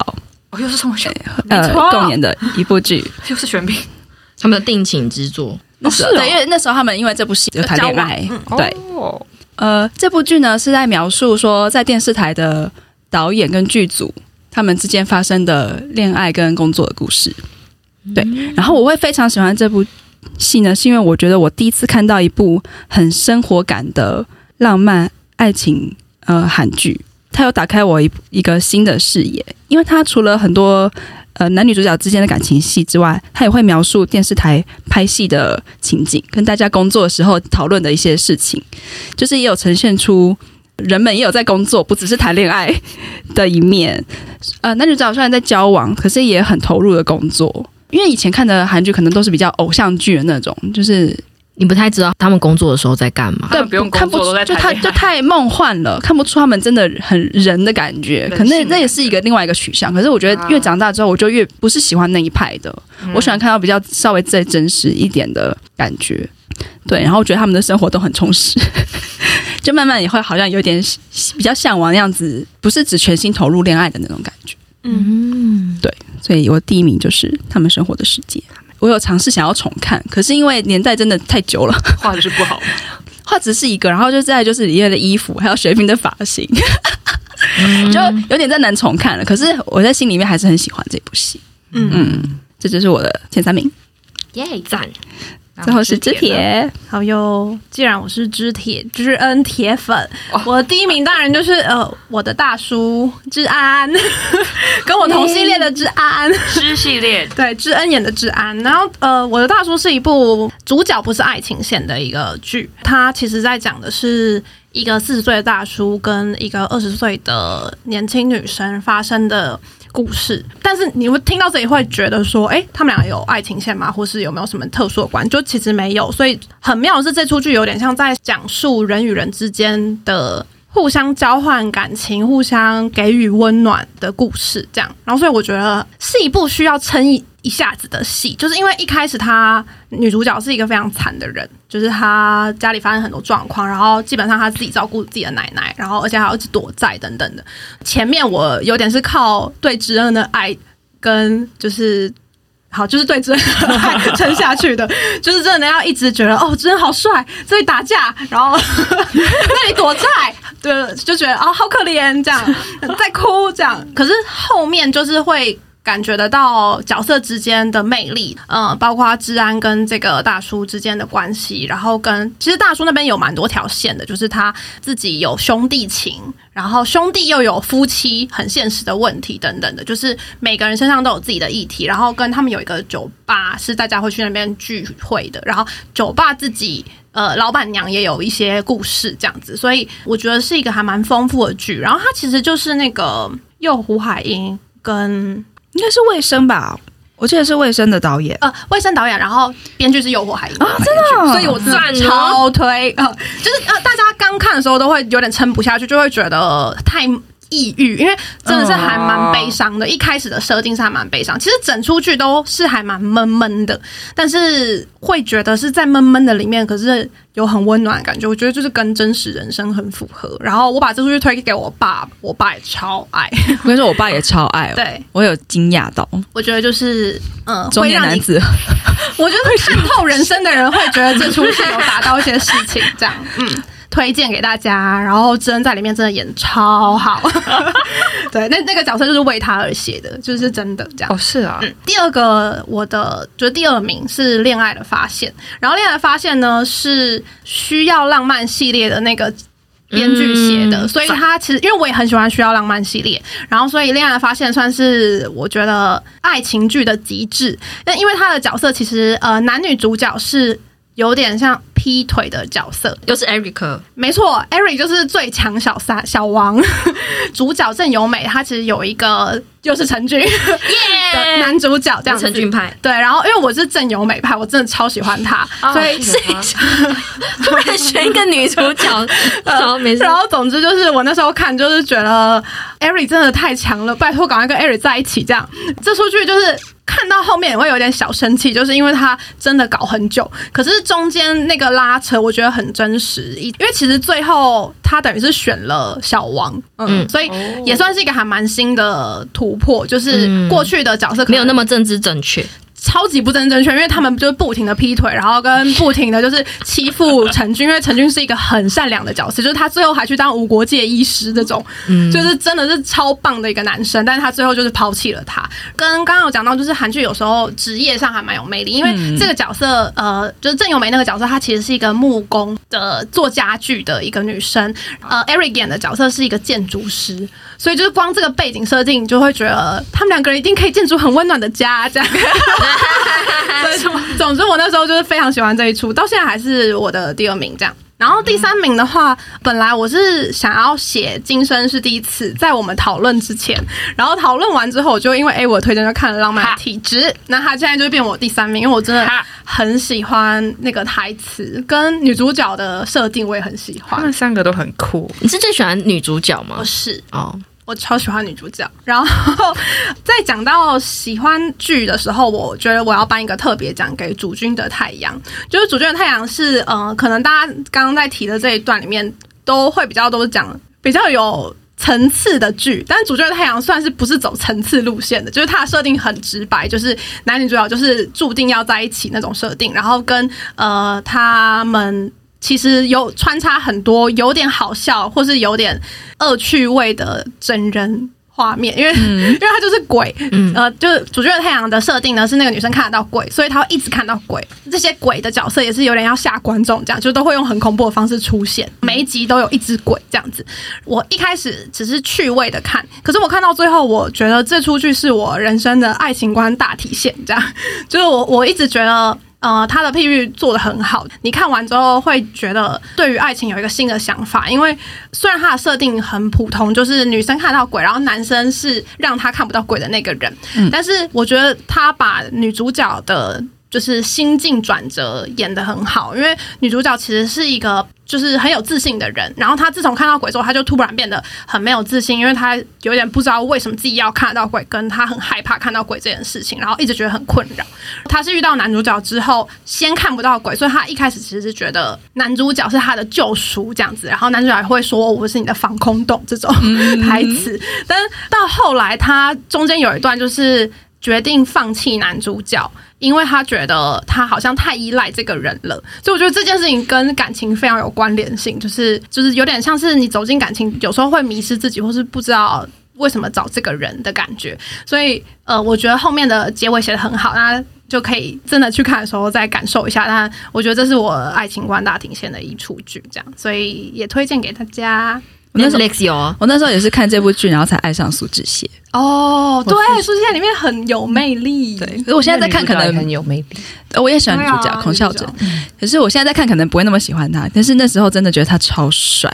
哦，又是宋慧乔， 呃共演的一部剧。又是玄彬，他们的定情之作，那时候是哦对，因为那时候他们因为这部戏呃就谈恋爱，对，哦，呃，这部剧呢是在描述说，在电视台的导演跟剧组他们之间发生的恋爱跟工作的故事。对，然后我会非常喜欢这部戏呢，是因为我觉得我第一次看到一部很生活感的浪漫爱情呃韩剧，它有打开我一一个新的视野，因为它除了很多。呃，男女主角之间的感情戏之外，它也会描述电视台拍戏的情景，跟大家工作的时候讨论的一些事情。就是也有呈现出人们也有在工作，不只是谈恋爱的一面。呃，男女主角虽然在交往，可是也很投入的工作。因为以前看的韩剧可能都是比较偶像剧的那种， 就是你不太知道他们工作的时候在干嘛。他们不用看不工出作都在就谈太恋爱就太梦幻了，看不出他们真的很人的感 觉。人性的可能感觉那也是一个另外一个取向。可是我觉得啊越长大之后，我就越不是喜欢那一派的。嗯我喜欢看到比较稍微再真实一点的感觉。对，然后我觉得他们的生活都很充实， 就慢慢也会好像有点比较向往那样子，不是只全心投入恋爱的那种感觉。嗯，所以我第一名就是《他们生活的世界》。我有尝试想要重看，可是因为年代真的太久了， 画质不好， 画质是一个，然后就再来就是里面的衣服，还有水平的发型， 就有点再难重看了。可是我在心里面还是很喜欢这部戏。嗯嗯，这就是我的前三名，耶，赞！最后是知铁呢，铁。好哟，既然我是知铁知恩铁粉，我的第一名当然就是呃我的大叔知安， 跟我同系列的知安，知系列对知恩演的知安。然后呃我的大叔是一部主角不是爱情线的一个剧，它其实在讲的是一个四十岁的大叔跟一个二十岁的年轻女生发生的。故事，但是你会听到这里会觉得说，哎、他们俩有爱情线吗？或是有没有什么特殊的关？就其实没有，所以很妙的是这出剧有点像在讲述人与人之间的互相交换感情、互相给予温暖的故事，这样。然后，所以我觉得是一部需要撑一一下子的戏，就是因为一开始她女主角是一个非常惨的人，就是她家里发生很多状况，然后基本上她自己照顾自己的奶奶，然后而且还要一直躲债等等的。前面我有点是靠对知恩的爱跟就是。好，就是对知恩的爱撑下去的， 就是真的要一直觉得哦，知恩好帅，这里打架，然后 那里躲债，对，就觉得啊、好可怜，这样在哭这样。可是后面就是会。感觉得到角色之间的魅力，嗯，包括治安跟这个大叔之间的关系，然后跟其实大叔那边有蛮多条线的，就是他自己有兄弟情，然后兄弟又有夫妻很现实的问题等等的，就是每个人身上都有自己的议题，然后跟他们有一个酒吧是大家会去那边聚会的，然后酒吧自己呃，老板娘也有一些故事这样子，所以我觉得是一个还蛮丰富的剧。然后它其实就是那个又胡海英跟应该是卫生吧？我记得是卫生的导演，呃卫生导演，然后编剧是又胡海英啊真的哦所以我真的超推啊、呃就是呃，大家刚看的时候都会有点撑不下去，就会觉得太。抑郁，因为真的是还蛮悲伤的。一开始的设定是还蛮悲伤，其实整出剧都是还蛮闷闷的，但是会觉得是在闷闷的里面，可是有很温暖的感觉。我觉得就是跟真实人生很符合。然后我把这出剧推给我爸，我爸也超爱。 我跟你说，我爸也超爱哦，对，我有惊讶到我觉得就是嗯，中会年让男你，子， 我觉得看透人生的人会觉得这出戏有达到一些事情，这样嗯。推荐给大家，然后真在里面真的演超好， 对，那那个角色就是为他而写的，就是真的这样。哦，是啊，第二个，我的就是第二名是《恋爱的发现》，然后《恋爱的发现》呢是需要浪漫系列的那个编剧写的，嗯所以他其实因为我也很喜欢需要浪漫系列，然后所以《恋爱的发现》算是我觉得爱情剧的极致。那因为他的角色其实呃男女主角是有点像劈腿的角色，又是 Eric，没错，Eric 就是最强小三小王， 主角郑有美，她其实有一个又是陈俊的男主角这样子陈俊 派，对，然后因为我是郑有美派，我真的超喜欢她，哦所以是突然选一个女主 角，呃然后没事然，后总之就是我那时候看就是觉得 Eric 真的太强了，拜托赶快跟 Eric 在一起这样。这出剧就是看到后面也会有点小生气，就是因为他真的搞很久，可是中间那个拉扯我觉得很真实，因为其实最后他等于是选了小王，嗯，嗯所以哦也算是一个还蛮新的突破，就是嗯过去的角色可能没有那么政治正确，超级不正正确，因为他们就是不停的劈腿，然后跟不停的就是欺负陈军，因为陈军是一个很善良的角色，就是他最后还去当无国界医师这种，嗯就是真的是超棒的一个男生，但是他最后就是抛弃了他。跟刚刚有讲到，就是韩剧有时候职业上还蛮有魅力，因为这个角色，呃，就是郑有梅那个角色，她其实是一个木工的做家具的一个女生，呃，Eric 演的角色是一个建筑师，所以就是光这个背景设定，你就会觉得他们两个人一定可以建筑很温暖的家，这样。对，总 总之我那时候就是非常喜欢这一出，到现在还是我的第二名这样。然后第三名的话，本来我是想要写《今生是第一次》，在我们讨论之前，然后讨论完之后，我就因为 A 我的推荐就看了《浪漫的体质》， 那他现在就变我第三名，因为我真的很喜欢那个台词跟女主角的设定，我也很喜他欢们。三个都很酷，你是最喜欢女主角吗我？是哦，我超喜欢女主角。然后 在讲到喜欢剧的时候，我觉得我要颁一个特别奖给《主君的太阳》，就是《主君的太阳是》呃，可能大家刚刚在提的这一段里面都会比较多讲比较有。层次的剧，但《是《主角的太阳》算是不是走层次路线的，就是它的设定很直白，就是男女主角就是注定要在一起那种设定，然后跟呃他们其实有穿插很多有点好笑或是有点恶趣味的真人画面，因为、 因为他就是鬼，呃，就是主角的太阳的设定呢是那个女生看得到鬼，所以她会一直看到鬼。这些鬼的角色也是有点要吓观众，这样就都会用很恐怖的方式出现，每一集都有一只鬼这样子。我一开始只是趣味的看，可是我看到最后，我觉得这出剧是我人生的爱情观大体现，这样就是我我一直觉得。呃，他的譬喻做的很好，你看完之后会觉得对于爱情有一个新的想法，因为虽然它的设定很普通，就是女生看到鬼，然后男生是让她看不到鬼的那个人，但是我觉得他把女主角的就是心境转折演得很好，因为女主角其实是一个就是很有自信的人，然后她自从看到鬼之后，她就突然变得很没有自信，因为她有点不知道为什么自己要看得到鬼，跟她很害怕看到鬼这件事情，然后一直觉得很困扰。她是遇到男主角之后先看不到鬼，所以她一开始其实是觉得男主角是她的救赎这样子，然后男主角也会说我是你的防空洞这种 台词，但是到后来她中间有一段就是决定放弃男主角。因为她觉得她好像太依赖这个人了，所以我觉得这件事情跟感情非常有关联性，就是就是有点像是你走进感情，有时候会迷失自己，或是不知道为什么找这个人的感觉。所以呃，我觉得后面的结尾写的很好，那就可以真的去看的时候再感受一下。但我觉得这是我爱情观大庭线的一出剧，这样，所以也推荐给大家。我那时候 Netflix 有啊，我那时候也是看这部剧，然后才爱上苏志燮。哦，对，苏现在里面很有魅力，对，可是我现在在看，可那女主角也能很有魅力。呃我也喜欢女主对角啊孔孝女主真角，可是我现在在看，可能不会那么喜欢他，但是那时候真的觉得他超帅，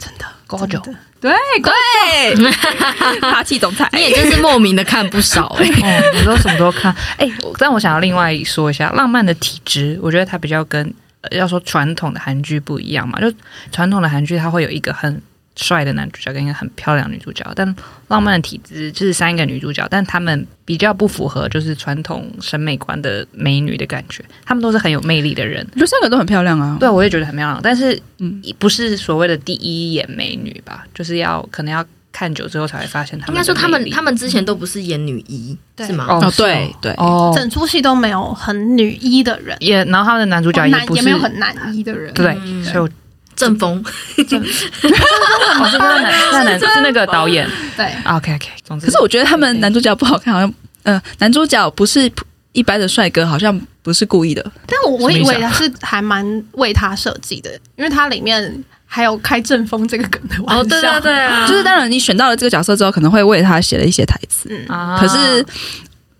真的，高九，对，对， 霸气总裁。你也真是莫名的看不少哎、哦，我都什么都看。 哎、我但我想要另外说一下，浪漫的体质，我觉得它比较跟、呃要说传统的韩剧不一样嘛。就传统的韩剧，它会有一个很帅的男主角跟一个很漂亮的女主角，但浪漫的体质就是三个女主角，但她们比较不符合就是传统审美观的美女的感觉，她们都是很有魅力的人。我觉得三个都很漂亮啊，对，我也觉得很漂亮，但是嗯不是所谓的第一眼美女吧，就是要可能要看久之后才会发现她应们的魅力。该说 他们他们之前都不是演女一，对是吗？哦哦，是对对，哦，整出戏都没有很女一的人。也，然后他们的男主角也男不是哦没有很男一的人，对，嗯所以我正风，哦，是那男那男是那个导演对， ，OK OK，总之可是我觉得他们男主角不好看，好像呃，男主角不是一般的帅哥，好像不是故意的。但我我什么以意思啊为他是还蛮为他设计的，因为它里面还有开正风这个梗的玩笑。哦，对对对啊，就是当然，你选到了这个角色之后，可能会为他写了一些台词。嗯，啊可是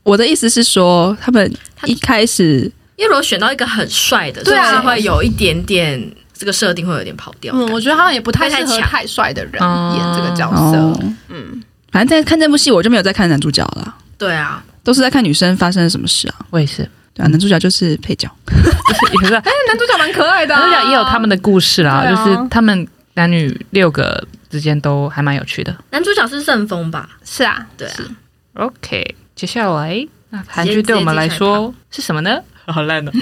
我的意思是说，他们一开始因为如果选到一个很帅的，对啊就是会有一点点这个设定会有点跑掉的感嗯，觉。我觉得好像也不太适不太合强太帅的人哦演这个角哦色。，嗯，反正在看这部戏，我就没有在看男主角了，对啊，都是在看女生发生了什么事啊。我也是，对啊，男主角就是配角。也是但是男主角蛮可爱的啊，男主角也有他们的故事啦，对啊就是他们男女六个之间都还蛮有趣的。男主角是顺风吧？是啊，对啊， OK，接下来那韩剧对我们来说是什么呢？好烂哦！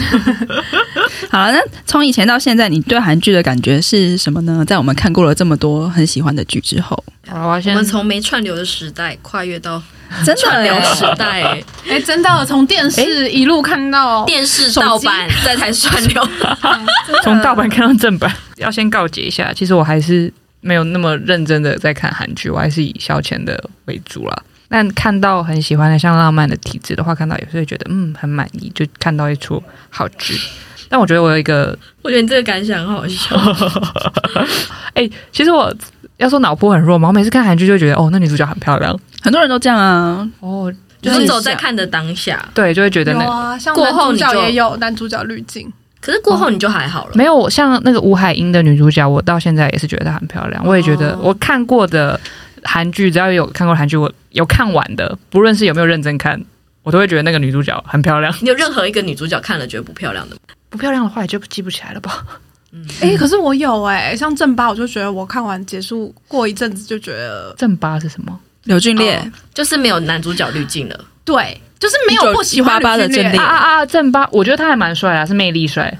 好了，那从以前到现在，你对韩剧的感觉是什么呢？在我们看过了这么多很喜欢的剧之 后，好，我要我先们从没串流的时代跨越到真串的流时耶，代、欸 哎，真的从电视一路看到电视盗版，再才串流。从盗版看到正版， 要先告诫一下，其实我还是没有那么认真的在看韩剧，我还是以消遣的为主啦。但看到很喜欢的像《浪漫的体质》的话，看到也是会觉得嗯很满意，就看到一出好剧。但我觉得我有一个，我觉得你这个感想很好笑，哎、其实我要说脑波很弱嘛，我每次看韩剧就会觉得哦，那女主角很漂亮很多人都这样啊。哦，就就是是走在看的当下。对，就会觉得有那啊，像过男后主你就角也有男主角滤镜，可是过后你就还好了。没有像那个吴海英的女主角，我到现在也是觉得她很漂亮。我也觉得哦我看过的韩剧，只要有看过韩剧，我有看完的，不论是有没有认真看，我都会觉得那个女主角很漂亮。你有任何一个女主角看了觉得不漂亮的吗？不漂亮的话，也就记不起来了吧？哎，可是我有哎，像正八，我就觉得我看完结束过一阵子就觉得正八是 什么？柳俊烈，哦就是没有男主角滤镜了。对，就是没有不喜欢1988的吕俊烈真恋啊啊啊！正八，我觉得他还蛮帅啊，是魅力帅。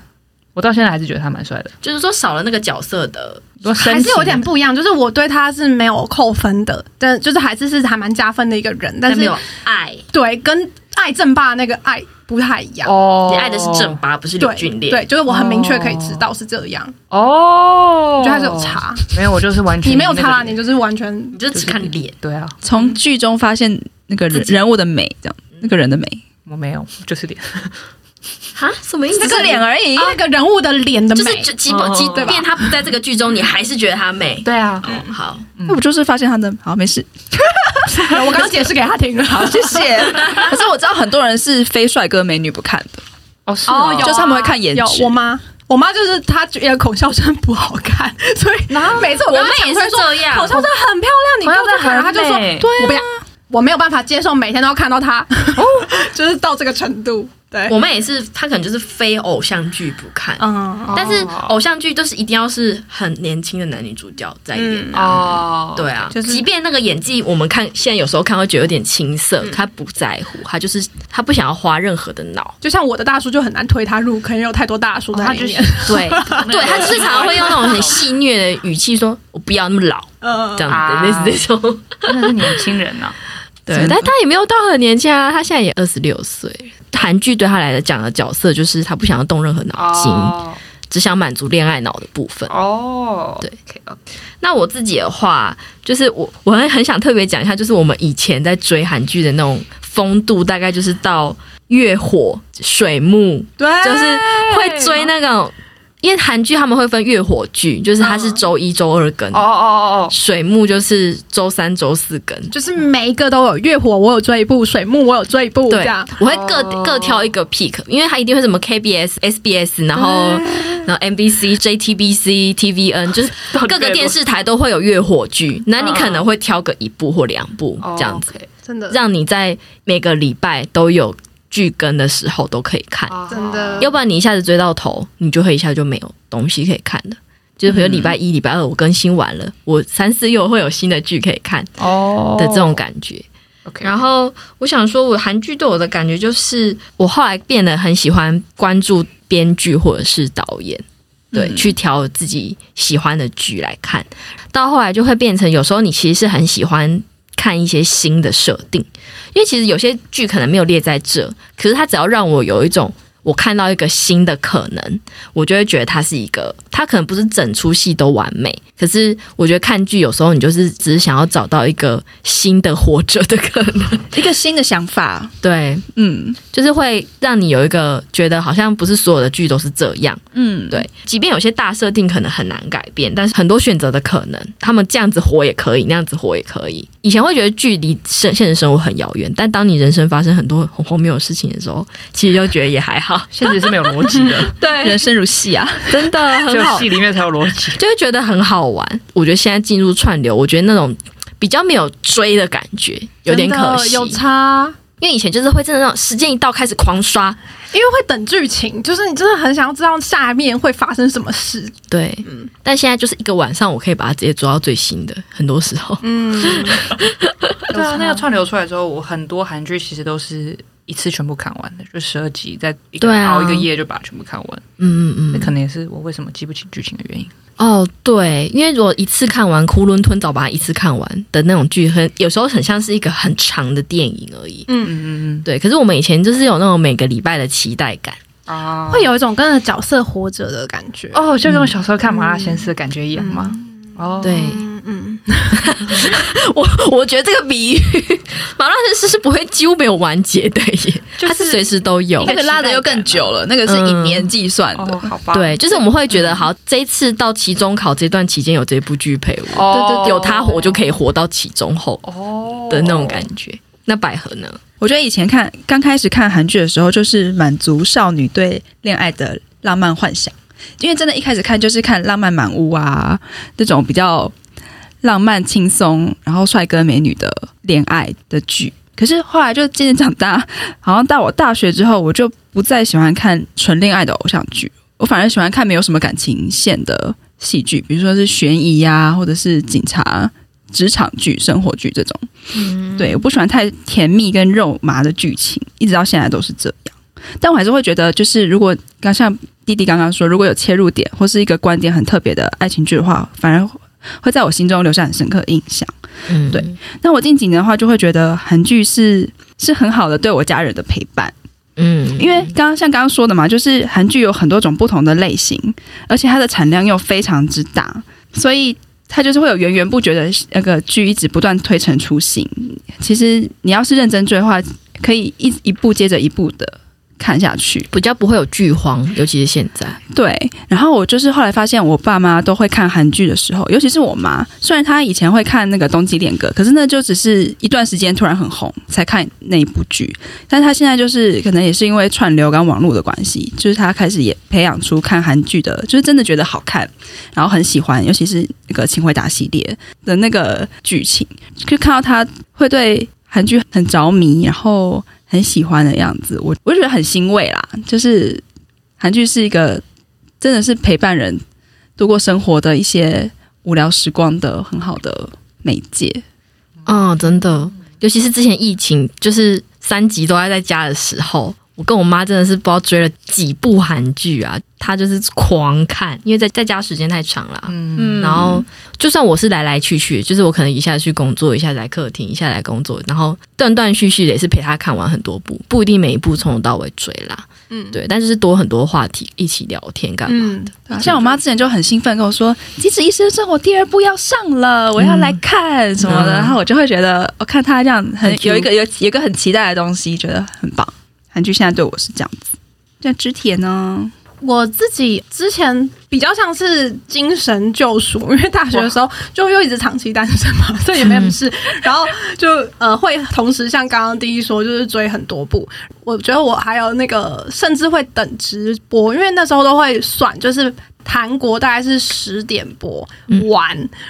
我到现在还是觉得他蛮帅的。就是说少了那个角色的，如果还升是级有点不一样，就是我对他是没有扣分的，但就是还是是还蛮加分的一个人，但但是没有爱，对跟爱正霸那个爱不太一样。哦，你爱的是正八，不是对李俊烈。对，就是我很明确可以知道是这样，哦我，觉得还是有。差。没有，我就是完全你没有差啦，那个你哦就是完全你就只看脸，对啊，从剧中发现那个人人物的美，这样那个人的美，我没有，就是脸。哈？什么意思？而已啊那个人物的脸的就美是，就即便哦即对吧便她不在这个剧中，你还是觉得她美。对啊，哦，好，那不就是发现他的好没 事， 我刚刚解释给他听了。好谢 谢。可是我知道很多人是非帅哥美女不看的，哦是哦，有就是他们会看颜值啊有我妈，我妈就是她觉得孔孝真不好看， 所以每次我跟我妹她讲也是会说这样孔孝真很漂亮，你孔不孝真要再看了，她很就说美 对、啊，我不要，我没有办法接受每天都要看到她，就是到这个程度。对，我妹也是，她可能就是非偶像剧不看，嗯，但是偶像剧就是一定要是很年轻的男女主角在嗯演啊。哦，对啊，就是，即便那个演技，我们看现在有时候看会觉得有点青涩，她不在乎，她就是她不想要花任何的脑就像我的大叔就很难推他入坑，因为有太多大叔在他里就是 面。对，对她就是常常会用那种很戏谑的语气说：“我不要那么老。”嗯，这啊样子，类似这种。真的是年轻人啊呐，对真，的但他也没有到很年轻啊，他现在也二十六岁。韩剧对他来讲的角色就是他不想要动任何脑筋， 哦只想满足恋爱脑的部分。哦，对，OK OK，那我自己的话，就是我我很很想特别讲一下，就是我们以前在追韩剧的那种风度，大概就是到月火水木，对，就是会追那种，因为韩剧他们会分月火剧，就是它是周一周二更，哦哦哦水木就是周三周四更。就是每一个都有月火，我有追一部；水木，我有追一部。这对样，我会各、哦各挑一个 pick，因为它一定会什么 KBS、SBS，然后哎然后 MBC、JTBC、TVN，就是到底各对个不电视台都会有月火剧，那你可能会挑个一部或两部哦，这样子， OK，真的，让你在每个礼拜都有剧更的时候都可以看，哦真的要不然你一下子追到头，你就会一下就没有东西可以看的。就是嗯比如礼拜一、礼拜二我更新完了，我三四又会有新的剧可以看哦的这 种感觉。 ，OK，。然后我想说，我韩剧对我的感觉就是，我后来变得很喜欢关注编剧或者是导演，对，嗯去挑自己喜欢的剧来看。到后来就会变成，有时候你其实是很喜欢看一些新的设定，因为其实有些剧可能没有列在这，可是它只要让我有一种。我看到一个新的可能，我就会觉得它是一个，它可能不是整出戏都完美，可是我觉得看剧有时候你就是只是想要找到一个新的活着的可能， 一个新的想法，对，嗯就是会让你有一个觉得好像不是所有的剧都是这样，嗯，对。即便有些大设定可能很难改变，但是很多选择的可能，他们这样子活也可以，那样子活也可以。以前会觉得距离现现实生活很遥远，但当你人生发生很多很荒谬的事情的时候，其实就觉得也还好现实是没有逻辑 的，人生如戏啊， 真的只很有好戏里面才有逻辑。就会觉得很好玩。我觉得现在进入串流，我觉得那种比较没有追的感觉，有点可惜。有差，因为以前就是会真的那种时间一到开始狂刷，因为会等剧情，就是你真的很想要知道下面会发生什么事。对，但现在就是一个晚上，我可以把它直接抓到最新的，很多时候。嗯，对啊，那个串流出来之后，我很多韩剧其实都是一次全部看完的，就十二集，在一个对啊熬一个夜就把它全部看完。嗯嗯那嗯，可能也是我为什么记不起剧情的原因。哦，对，因为如果一次看完《囫囵吞枣》把它一次看完的那种剧，很有时候很像是一个很长的电影而已。嗯嗯对，可是我们以前就是有那种每个礼拜的期待感。嗯啊，会有一种跟着角色活着的感觉。哦，就跟我小时候看《麻辣鲜师》的感觉一样吗？哦，对，嗯嗯， 我我觉得这个比喻《麻辣鲜师》是不会几乎没有完结的耶，它是随时都有。那个拉的又更久了，那个是以年计算哦，的，好吧，对，就是我们会觉得，好，这一次到期中考这段期间有这部剧陪我，哦，对对有它我就可以活到期中后哦的那种感觉。那百合呢？我觉得以前看刚开始看韩剧的时候，就是满足少女对恋爱的浪漫幻想，因为真的，一开始看就是看《浪漫满屋》啊，这种比较浪漫轻松，然后帅哥美女的恋爱的剧。可是后来就渐渐长大，好像到我大学之后，我就不再喜欢看纯恋爱的偶像剧，我反而喜欢看没有什么感情线的戏剧，比如说是悬疑啊，或者是警察、职场剧、生活剧这种。对，我不喜欢太甜蜜跟肉麻的剧情，一直到现在都是这样。但我还是会觉得，就是如果刚像弟弟刚刚说，如果有切入点或是一个观点很特别的爱情剧的话，反而会在我心中留下很深刻的印象。嗯对，那我近几年的话，就会觉得韩剧是是很好的对我家人的陪伴。嗯因为刚刚像刚刚说的嘛，就是韩剧有很多种不同的类型，而且它的产量又非常之大，所以它就是会有源源不绝的那个剧一直不断推陈出新。其实你要是认真追的话，可以一一步接着一步的看下去。比较不会有剧荒，尤其是现在。对，然后我就是后来发现，我爸妈都会看韩剧的时候，尤其是我妈，虽然她以前会看那个《冬季恋歌》，可是那就只是一段时间突然很红才看那一部剧，但她现在就是可能也是因为串流跟网络的关系，就是她开始也培养出看韩剧的，就是真的觉得好看，然后很喜欢，尤其是那个《请回答》系列的那个剧情，就看到她会对韩剧很着迷，然后很喜欢的样子，我我觉得很欣慰啦。就是韩剧是一个真的是陪伴人度过生活的一些无聊时光的很好的媒介。嗯，真的，尤其是之前疫情，就是三集都待在家的时候，我跟我妈真的是不知道追了几部韩剧啊，她就是狂看，因为在在家时间太长了。嗯嗯，然后，就算我是来来去去，就是我可能一下去工作，一下来客厅，一下来工作，然后断断续续的也是陪她看完很多部，不一定每一部从头到尾追啦。嗯，对，但就是多很多话题一起聊天干嘛？嗯，对啊像我妈之前就很兴奋跟我说，《机智医生生活》第二部要上了，我要来看什么的，嗯然后我就会觉得，我、看她这样很很 cute 有一个有有一个很期待的东西，觉得很棒。韩剧现在对我是这样子，像之铁呢，我自己之前比较像是精神救赎，因为大学的时候就又一直长期单身嘛，所以也没什么事。然后就呃会同时像刚刚第一说，就是追很多部。我觉得我还有那个甚至会等直播，因为那时候都会算，就是韩国大概是十点播嗯完，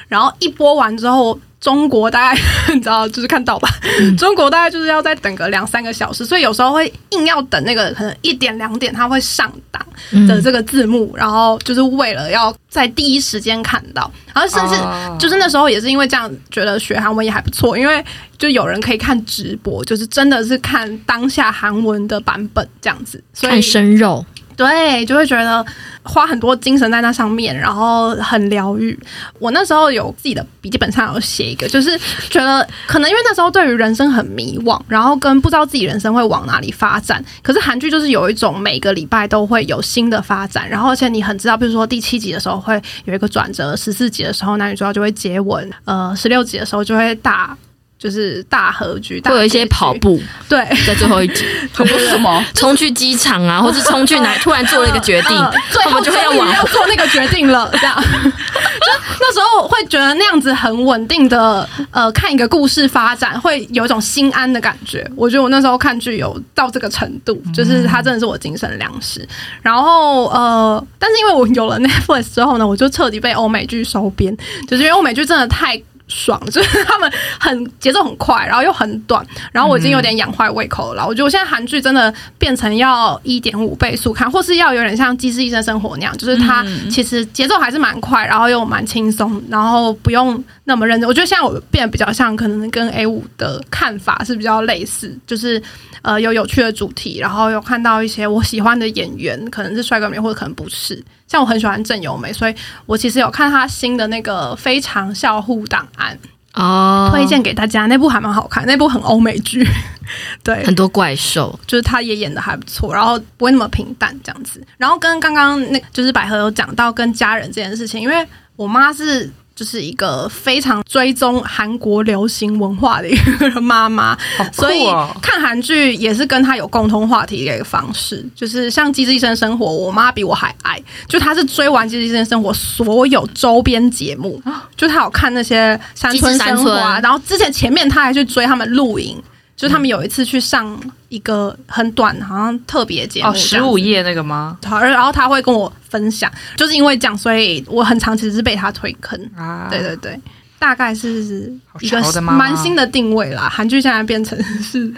然后一播完之后。 中国大概你知道，就是看到吧，中国大概就是要再等个两三个小时，所以有时候会硬要等那个可能一点两点它会上档，嗯的嗯这个字幕，然后就是为了要在第一时间看到，然后甚至哦就是那时候也是因为这样，觉得学韩文也还不错，因为就有人可以看直播，就是真的是看当下韩文的版本这样子，所以看生肉，对，就会觉得花很多精神在那上面，然后很疗愈。我那时候有自己的笔记本上有写一个，就是觉得可能因为那时候对于人生很迷惘，然后跟不知道自己人生会往哪里发展。可是韩剧就是有一种每个礼拜都会有新的发展，然后而且你很知道，比如说第七集的时候会有一个转折，十四集的时候男女主角就会接吻，呃，十六集的时候就会大。就是大和局，大会有一些结局跑，步对，在最后一集。很不什 么？冲去机场啊，或是冲去 哪，突然做了一个决定，哦嗯最他后们就会要终于往要做那个决定了，这样。就那时候会觉得那样子很稳定的，呃，看一个故事发展会有一种心安的感觉。我觉得我那时候看剧有到这个程度，就是它真的是我精神粮食。然后呃，但是因为我有了 Netflix 之后呢，我就彻底被欧美剧收编，就是因为欧美剧真的太。爽，就是他们很节奏很快，然后又很短，然后我已经有点养坏胃口了。我觉得我现在韩剧真的变成要一点五倍速看，或是要有点像《机智医生生活》那样，就是它其实节奏还是蛮快，然后又蛮轻松，然后不用那么认真。我觉得现在我变得比较像，可能跟 A 五的看法是比较类似，就是呃有有趣的主题，然后有看到一些我喜欢的演员，可能是帅哥美，或者可能不是。像我很喜欢郑有美，所以我其实有看她新的那个《非常校护档案》，哦推荐给大家，那部还蛮好看，那部很欧美剧， 对，很多怪兽，就是他也演的还不错，然后不会那么平淡这样子。然后跟刚刚那就是百合有讲到跟家人这件事情，因为我妈是。就是一个非常追踪韩国流行文化的一个妈妈，好酷所以哦看韩剧也是跟她有共通话题的一个方式。就是像《机智医生生活》，我妈比我还爱，就她是追完《机智医生生活》所有周边节目，啊就她有看那些山村生机智活山啊，村然后之前前面她还去追他们露营，就是他们有一次去上一个很短，好像特别节目哦，这十样子五页那个吗？好，然后他会跟我分享，就是因为这样，所以我很长其实是被他推坑。啊，对对对，大概是一个好潮的妈妈蛮新的定位啦。韩剧现在变成 是，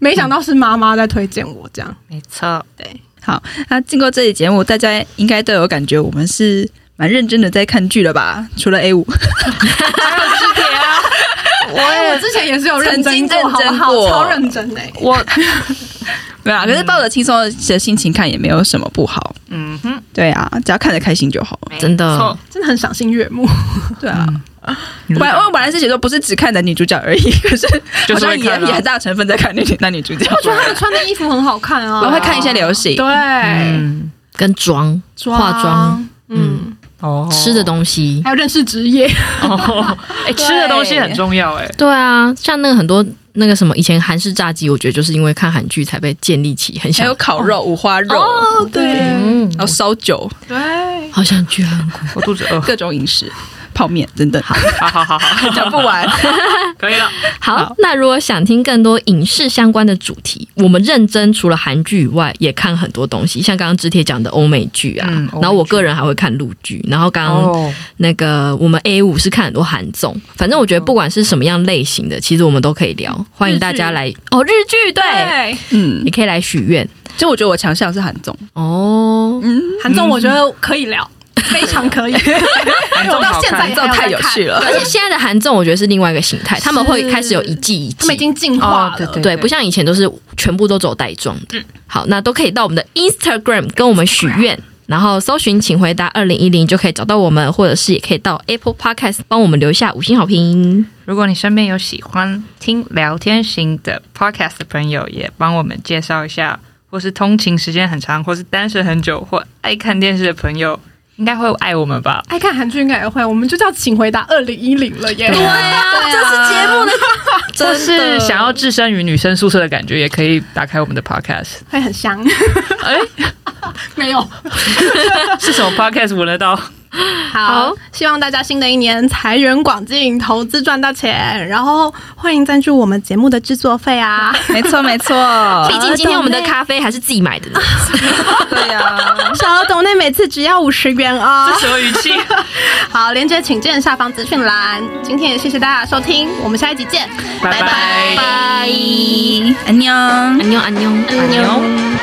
没想到是妈妈在推荐我这样。没错，好，那经过这期节目，大家应该都有感觉，我们是蛮认真的在看剧了吧？除了 A 五，哎，我之前也是有认真曾经过，认好真不好？过超认真哎、我没有啊，可是抱着轻松的心情看也没有什么不好。嗯哼，对啊，只要看得开心就好。真的没错真的很赏心悦目。对啊，本来哦我本来是写说不是只看男女主角而已，可是嗯就好是像会也看也很啊，大成分在看那男女主 角，啊我觉得他们穿的衣服很好看啊，我会看一些流行。对、嗯，跟妆、化妆、，嗯，哦吃的东西。还有认识职业。哦，哎，吃的东西很重要，哎，对啊，像那个很多那个什么，以前韩式炸鸡，我觉得就是因为看韩剧才被建立起，很还哎想有烤肉、五花肉，哦，对嗯还有烧酒，对，好想去韩国。啊 我肚子饿，各种饮食。泡面等哦等。好，好好好好，讲不 完。可以了。好，那如果想听更多影视相关的主题，我们认真除了韩剧以外，也看很多东西，像刚刚之铁讲的欧美剧啊，嗯然后我个人还会看陆剧，然后刚刚哦，那个我们 A 五是看很多韩综，反正我觉得不管是什么样类型的，其实我们都可以聊，欢迎大家来哦，嗯日剧对，对，嗯也，可以来许愿就我觉得我强项是韩综，哦，嗯韩综我觉得可以聊，非常可以。 韩我综到好现在看韩。综太有趣了。而且现在的韩综我觉得是另外一个形态，他们会开始有一季一他们已季。经进化哦了，对对，不像以前都是全部都走带妆的。好，那都可以到我们的 Instagram 跟我们许愿，然后搜寻“请回答二零一零”就可以找到我们，或者是也可以到 Apple Podcast 帮我们留下五星好评。如果你身边有喜欢听聊天型的 podcast 的朋友，也帮我们介绍一下，或是通勤时间很长，或是单身很久，或爱看电视的朋友，应该会爱我们吧？爱看韩剧应该也会，我们就叫请回答二零一零了耶。啊，这是节目的，或是想要置身于女生宿舍的感觉，也可以打开我们的 podcast。会很香。哎，没有，是什么 podcast 闻得到？好，希望大家新的一年财源广进，投资赚到钱，然后欢迎赞助我们节目的制作费 啊。没错，没错，毕竟今天我们的咖啡还是自己买的 呢。对啊呀，小额董内每次只要五十元哦这。什么语气？ 好，连接请见下方资讯栏。今天也谢谢大家收听，我们下一集见。拜拜。拜，安妞。安妞安妞安妞。